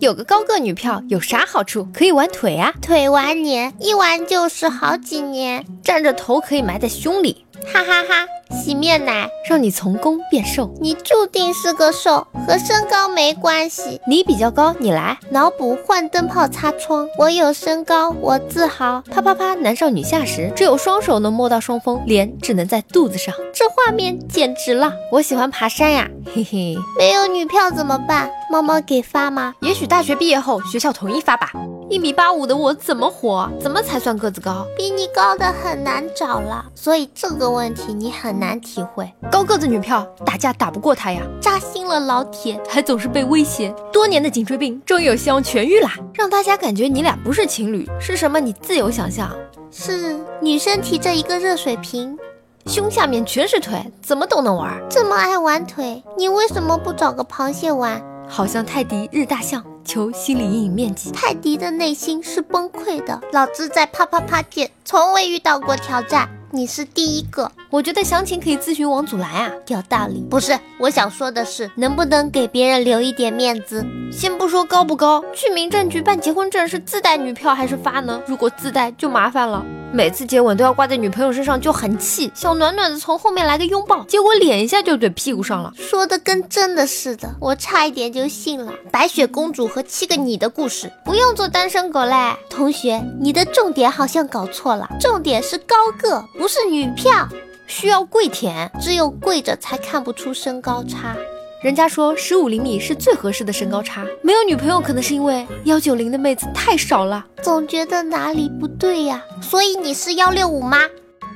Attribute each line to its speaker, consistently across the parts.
Speaker 1: 有个高个女票有啥好处？可以玩腿啊，
Speaker 2: 腿玩年，一玩就是好几年，
Speaker 1: 站着头可以埋在胸里，
Speaker 2: 哈哈哈洗面奶，
Speaker 1: 让你从攻变受。
Speaker 2: 你注定是个瘦，和身高没关系。
Speaker 1: 你比较高，你来。
Speaker 2: 脑补换灯泡擦窗，我有身高，我自豪。
Speaker 1: 啪啪啪，男少女下时，只有双手能摸到双峰，脸只能在肚子上。这画面简直了！我喜欢爬山呀、嘿嘿。
Speaker 2: 没有女票怎么办？猫猫给发吗？
Speaker 1: 也许大学毕业后，学校统一发吧。一米八五的我怎么活？怎么才算个子高？
Speaker 2: 比你高的很难找了，所以这个问题你很难体会。
Speaker 1: 高个子女票打架打不过他呀，
Speaker 2: 扎心了，老铁。
Speaker 1: 还总是被威胁。多年的颈椎病终于有希望痊愈啦，让大家感觉你俩不是情侣，是什么？你自由想象。
Speaker 2: 是女生提着一个热水瓶，
Speaker 1: 胸下面全是腿，怎么都能玩。
Speaker 2: 这么爱玩腿，你为什么不找个螃蟹玩？
Speaker 1: 好像泰迪日大象，求心理阴影面积。
Speaker 2: 泰迪的内心是崩溃的。老子在啪啪啪界从未遇到过挑战，你是第一个。
Speaker 1: 我觉得详情可以咨询王祖蓝啊。
Speaker 2: 有道理，不是我想说的是，能不能给别人留一点面子？
Speaker 1: 先不说高不高，去民政局办结婚证是自带女票还是发呢？如果自带就麻烦了，每次接吻都要挂在女朋友身上就很气。想暖暖的从后面来个拥抱，结果脸一下就怼屁股上了。
Speaker 2: 说的跟真的似的，我差一点就信了。白雪公主和七个你的故事，不用做单身狗嘞。同学，你的重点好像搞错了，重点是高个，不是女票。
Speaker 1: 需要跪舔，
Speaker 2: 只有跪着才看不出身高差。
Speaker 1: 人家说十五厘米是最合适的身高差，没有女朋友可能是因为幺九零的妹子太少了，
Speaker 2: 总觉得哪里不对呀、所以你是幺六五吗？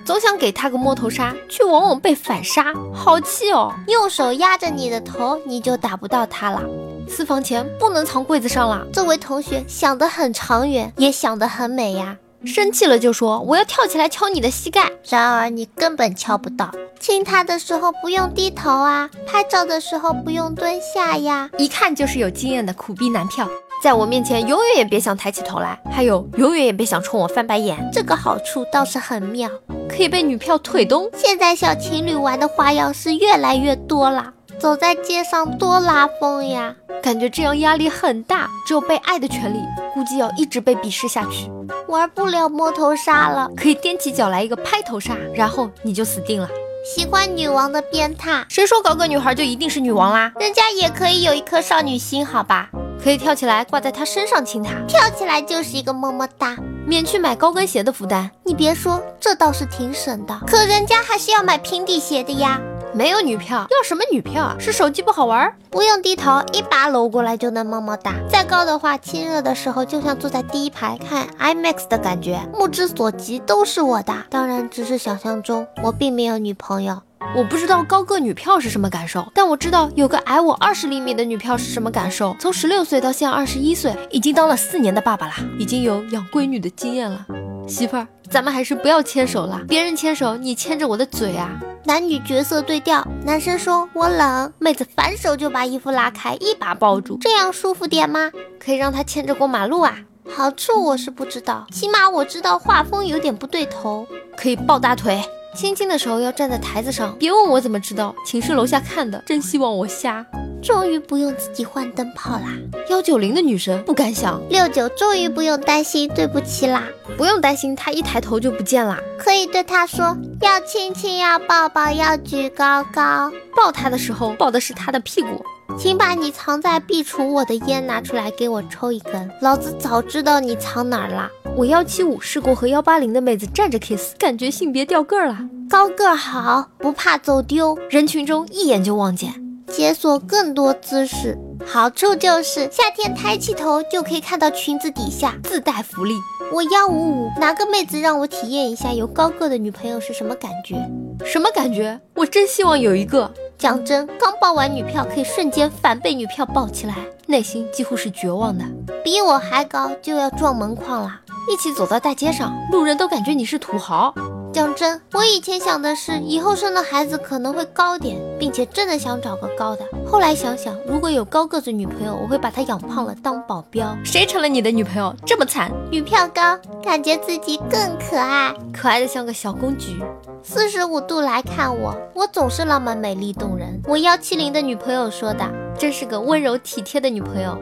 Speaker 1: 总想给她个摸头杀，却往往被反杀，好气哦！
Speaker 2: 用手压着你的头，你就打不到他了。
Speaker 1: 私房钱不能藏柜子上啦，
Speaker 2: 这位同学想得很长远，也想得很美呀。
Speaker 1: 生气了就说我要跳起来敲你的膝盖，
Speaker 2: 然而你根本敲不到。亲他的时候不用低头啊，拍照的时候不用蹲下呀。
Speaker 1: 一看就是有经验的苦逼男票，在我面前永远也别想抬起头来，还有永远也别想冲我翻白眼，
Speaker 2: 这个好处倒是很妙。
Speaker 1: 可以被女票腿蹬。
Speaker 2: 现在小情侣玩的花样是越来越多啦，走在街上多拉风呀。
Speaker 1: 感觉这样压力很大，只有被爱的权利，估计要一直被鄙视下去。
Speaker 2: 玩不了摸头杀了，
Speaker 1: 可以踮起脚来一个拍头杀，然后你就死定了。
Speaker 2: 喜欢女王的鞭挞，
Speaker 1: 谁说搞个女孩就一定是女王啦？
Speaker 2: 人家也可以有一颗少女心，好吧？
Speaker 1: 可以跳起来挂在她身上亲她，
Speaker 2: 跳起来就是一个么么哒。
Speaker 1: 免去买高跟鞋的负担。
Speaker 2: 你别说，这倒是挺省的，可人家还是要买平底鞋的呀。
Speaker 1: 没有女票，要什么女票啊？是手机不好玩儿？
Speaker 2: 不用低头，一把搂过来就能么么哒。再高的话，亲热的时候就像坐在第一排看 IMAX 的感觉。目之所及都是我的，当然只是想象中，我并没有女朋友。
Speaker 1: 我不知道高个女票是什么感受，但我知道有个矮我二十厘米的女票是什么感受。从十六岁到现在二十一岁，已经当了四年的爸爸啦，已经有养闺女的经验了。媳妇儿，咱们还是不要牵手啦，别人牵手你牵着我的嘴啊。
Speaker 2: 男女角色对调，男生说我冷，妹子反手就把衣服拉开，一把抱住，这样舒服点吗？
Speaker 1: 可以让他牵着过马路啊，
Speaker 2: 好处我是不知道，起码我知道画风有点不对头。
Speaker 1: 可以抱大腿。亲亲的时候要站在台子上，别问我怎么知道，寝室楼下看的，真希望我瞎。
Speaker 2: 终于不用自己换灯泡啦，
Speaker 1: 幺九零的女生不敢想，
Speaker 2: 六九终于不用担心对不起啦，
Speaker 1: 不用担心她一抬头就不见啦。
Speaker 2: 可以对他说要亲亲，要抱抱，要举高高，
Speaker 1: 抱她的时候抱的是她的屁股，
Speaker 2: 请把你藏在壁橱我的烟拿出来给我抽一根，老子早知道你藏哪儿啦。
Speaker 1: 我幺七五试过和幺八零的妹子站着 kiss，感觉性别掉个儿了。
Speaker 2: 高个儿好，不怕走丢，
Speaker 1: 人群中一眼就望见，
Speaker 2: 解锁更多姿势。好处就是夏天抬起头就可以看到裙子底下。
Speaker 1: 自带福利。
Speaker 2: 我幺五五，哪个妹子让我体验一下有高个的女朋友是什么感觉？
Speaker 1: 什么感觉？我真希望有一个，
Speaker 2: 讲真，刚抱完女票可以瞬间反被女票抱起来，
Speaker 1: 内心几乎是绝望的。
Speaker 2: 比我还高就要撞门框啦。
Speaker 1: 一起走到大街上，路人都感觉你是土豪。
Speaker 2: 讲真，我以前想的是以后生的孩子可能会高点，并且真的想找个高的。后来想想，如果有高个子女朋友，我会把她养胖了当保镖。
Speaker 1: 谁成了你的女朋友？这么惨，
Speaker 2: 女票高，感觉自己更可爱。
Speaker 1: 可爱的像个小公举。
Speaker 2: 四十五度来看我，我总是浪漫、美丽、动人。我幺七零的女朋友说的，
Speaker 1: 真是个温柔体贴的女朋友。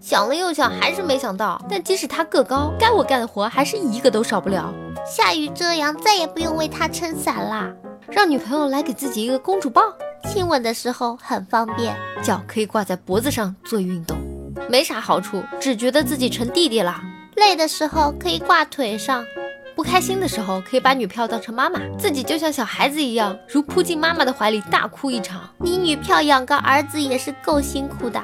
Speaker 1: 想了又想，还是没想到。但即使他个高，该我干的活还是一个都少不了。
Speaker 2: 下雨遮阳，再也不用为他撑伞啦。
Speaker 1: 让女朋友来给自己一个公主抱，
Speaker 2: 亲吻的时候很方便。
Speaker 1: 脚可以挂在脖子上做运动，没啥好处，只觉得自己成弟弟啦。
Speaker 2: 累的时候可以挂腿上，
Speaker 1: 不开心的时候可以把女票当成妈妈，自己就像小孩子一样，如扑进妈妈的怀里大哭一场。
Speaker 2: 你女票养个儿子也是够辛苦的，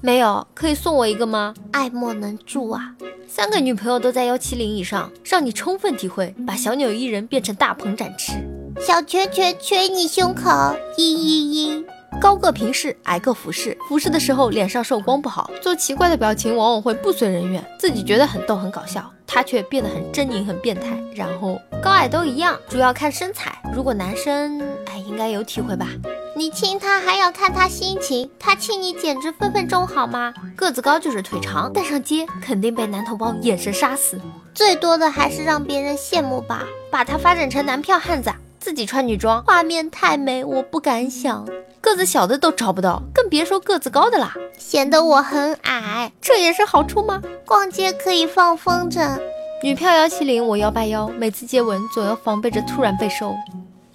Speaker 1: 没有，可以送我一个吗？
Speaker 2: 爱莫能助啊！
Speaker 1: 三个女朋友都在幺七零以上，让你充分体会把小鸟依人变成大鹏展翅。
Speaker 2: 小拳拳捶你胸口，嘤嘤嘤。
Speaker 1: 高个平视，矮个俯视。俯视的时候脸上受光不好，做奇怪的表情往往会不随人愿。自己觉得很逗很搞笑，他却变得很狰狞很变态。然后高矮都一样，主要看身材。如果男生，哎，应该有体会吧。
Speaker 2: 你亲他还要看他心情，他亲你简直分分钟好吗？
Speaker 1: 个子高就是腿长，带上街肯定被男同胞眼神杀死。
Speaker 2: 最多的还是让别人羡慕吧，
Speaker 1: 把他发展成男票汉子，自己穿女装，
Speaker 2: 画面太美，我不敢想。
Speaker 1: 个子小的都找不到，更别说个子高的啦，
Speaker 2: 显得我很矮，
Speaker 1: 这也是好处吗？
Speaker 2: 逛街可以放风筝，
Speaker 1: 女票幺七零，我幺八幺，每次接吻总要防备着突然被收。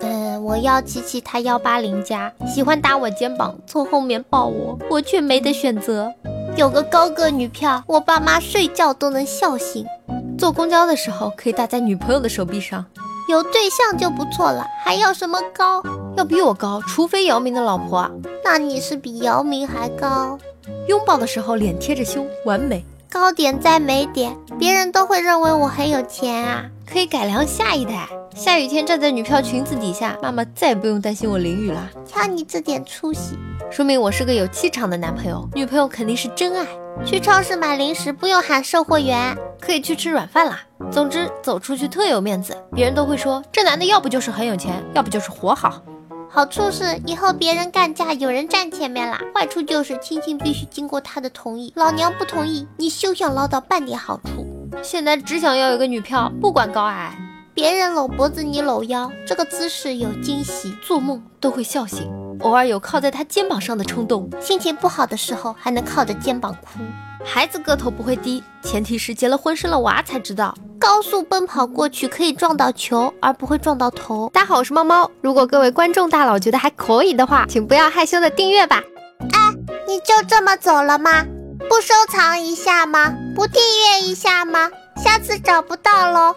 Speaker 2: 嗯，我幺七七，他幺八零加，
Speaker 1: 喜欢打我肩膀，从后面抱我，我却没得选择。
Speaker 2: 有个高个女票，我爸妈睡觉都能笑醒。
Speaker 1: 坐公交的时候可以搭在女朋友的手臂上，
Speaker 2: 有对象就不错了，还要什么高？
Speaker 1: 要比我高，除非姚明的老婆啊。
Speaker 2: 那你是比姚明还高，
Speaker 1: 拥抱的时候脸贴着胸，完美。
Speaker 2: 高点再美点，别人都会认为我很有钱啊。
Speaker 1: 可以改良下一代。下雨天站在女票裙子底下，妈妈再也不用担心我淋雨啦。
Speaker 2: 瞧你这点出息，
Speaker 1: 说明我是个有气场的男朋友，女朋友肯定是真爱。
Speaker 2: 去超市买零食不用喊售货员，
Speaker 1: 可以去吃软饭啦。总之，走出去特有面子，别人都会说这男的要不就是很有钱，要不就是活好。
Speaker 2: 好处是以后别人干架有人站前面啦，坏处就是亲亲必须经过他的同意，老娘不同意，你休想捞到半点好处。
Speaker 1: 现在只想要一个女票，不管高矮，
Speaker 2: 别人搂脖子你搂腰，这个姿势有惊喜，
Speaker 1: 做梦都会笑醒，偶尔有靠在他肩膀上的冲动。
Speaker 2: 心情不好的时候还能靠着肩膀哭。
Speaker 1: 孩子个头不会低，前提是结了婚生了娃才知道。
Speaker 2: 高速奔跑过去可以撞到球，而不会撞到头。
Speaker 1: 大家好，我是猫猫。如果各位观众大佬觉得还可以的话，请不要害羞的订阅吧。
Speaker 2: 你就这么走了吗？不收藏一下吗？不订阅一下吗？下次找不到喽。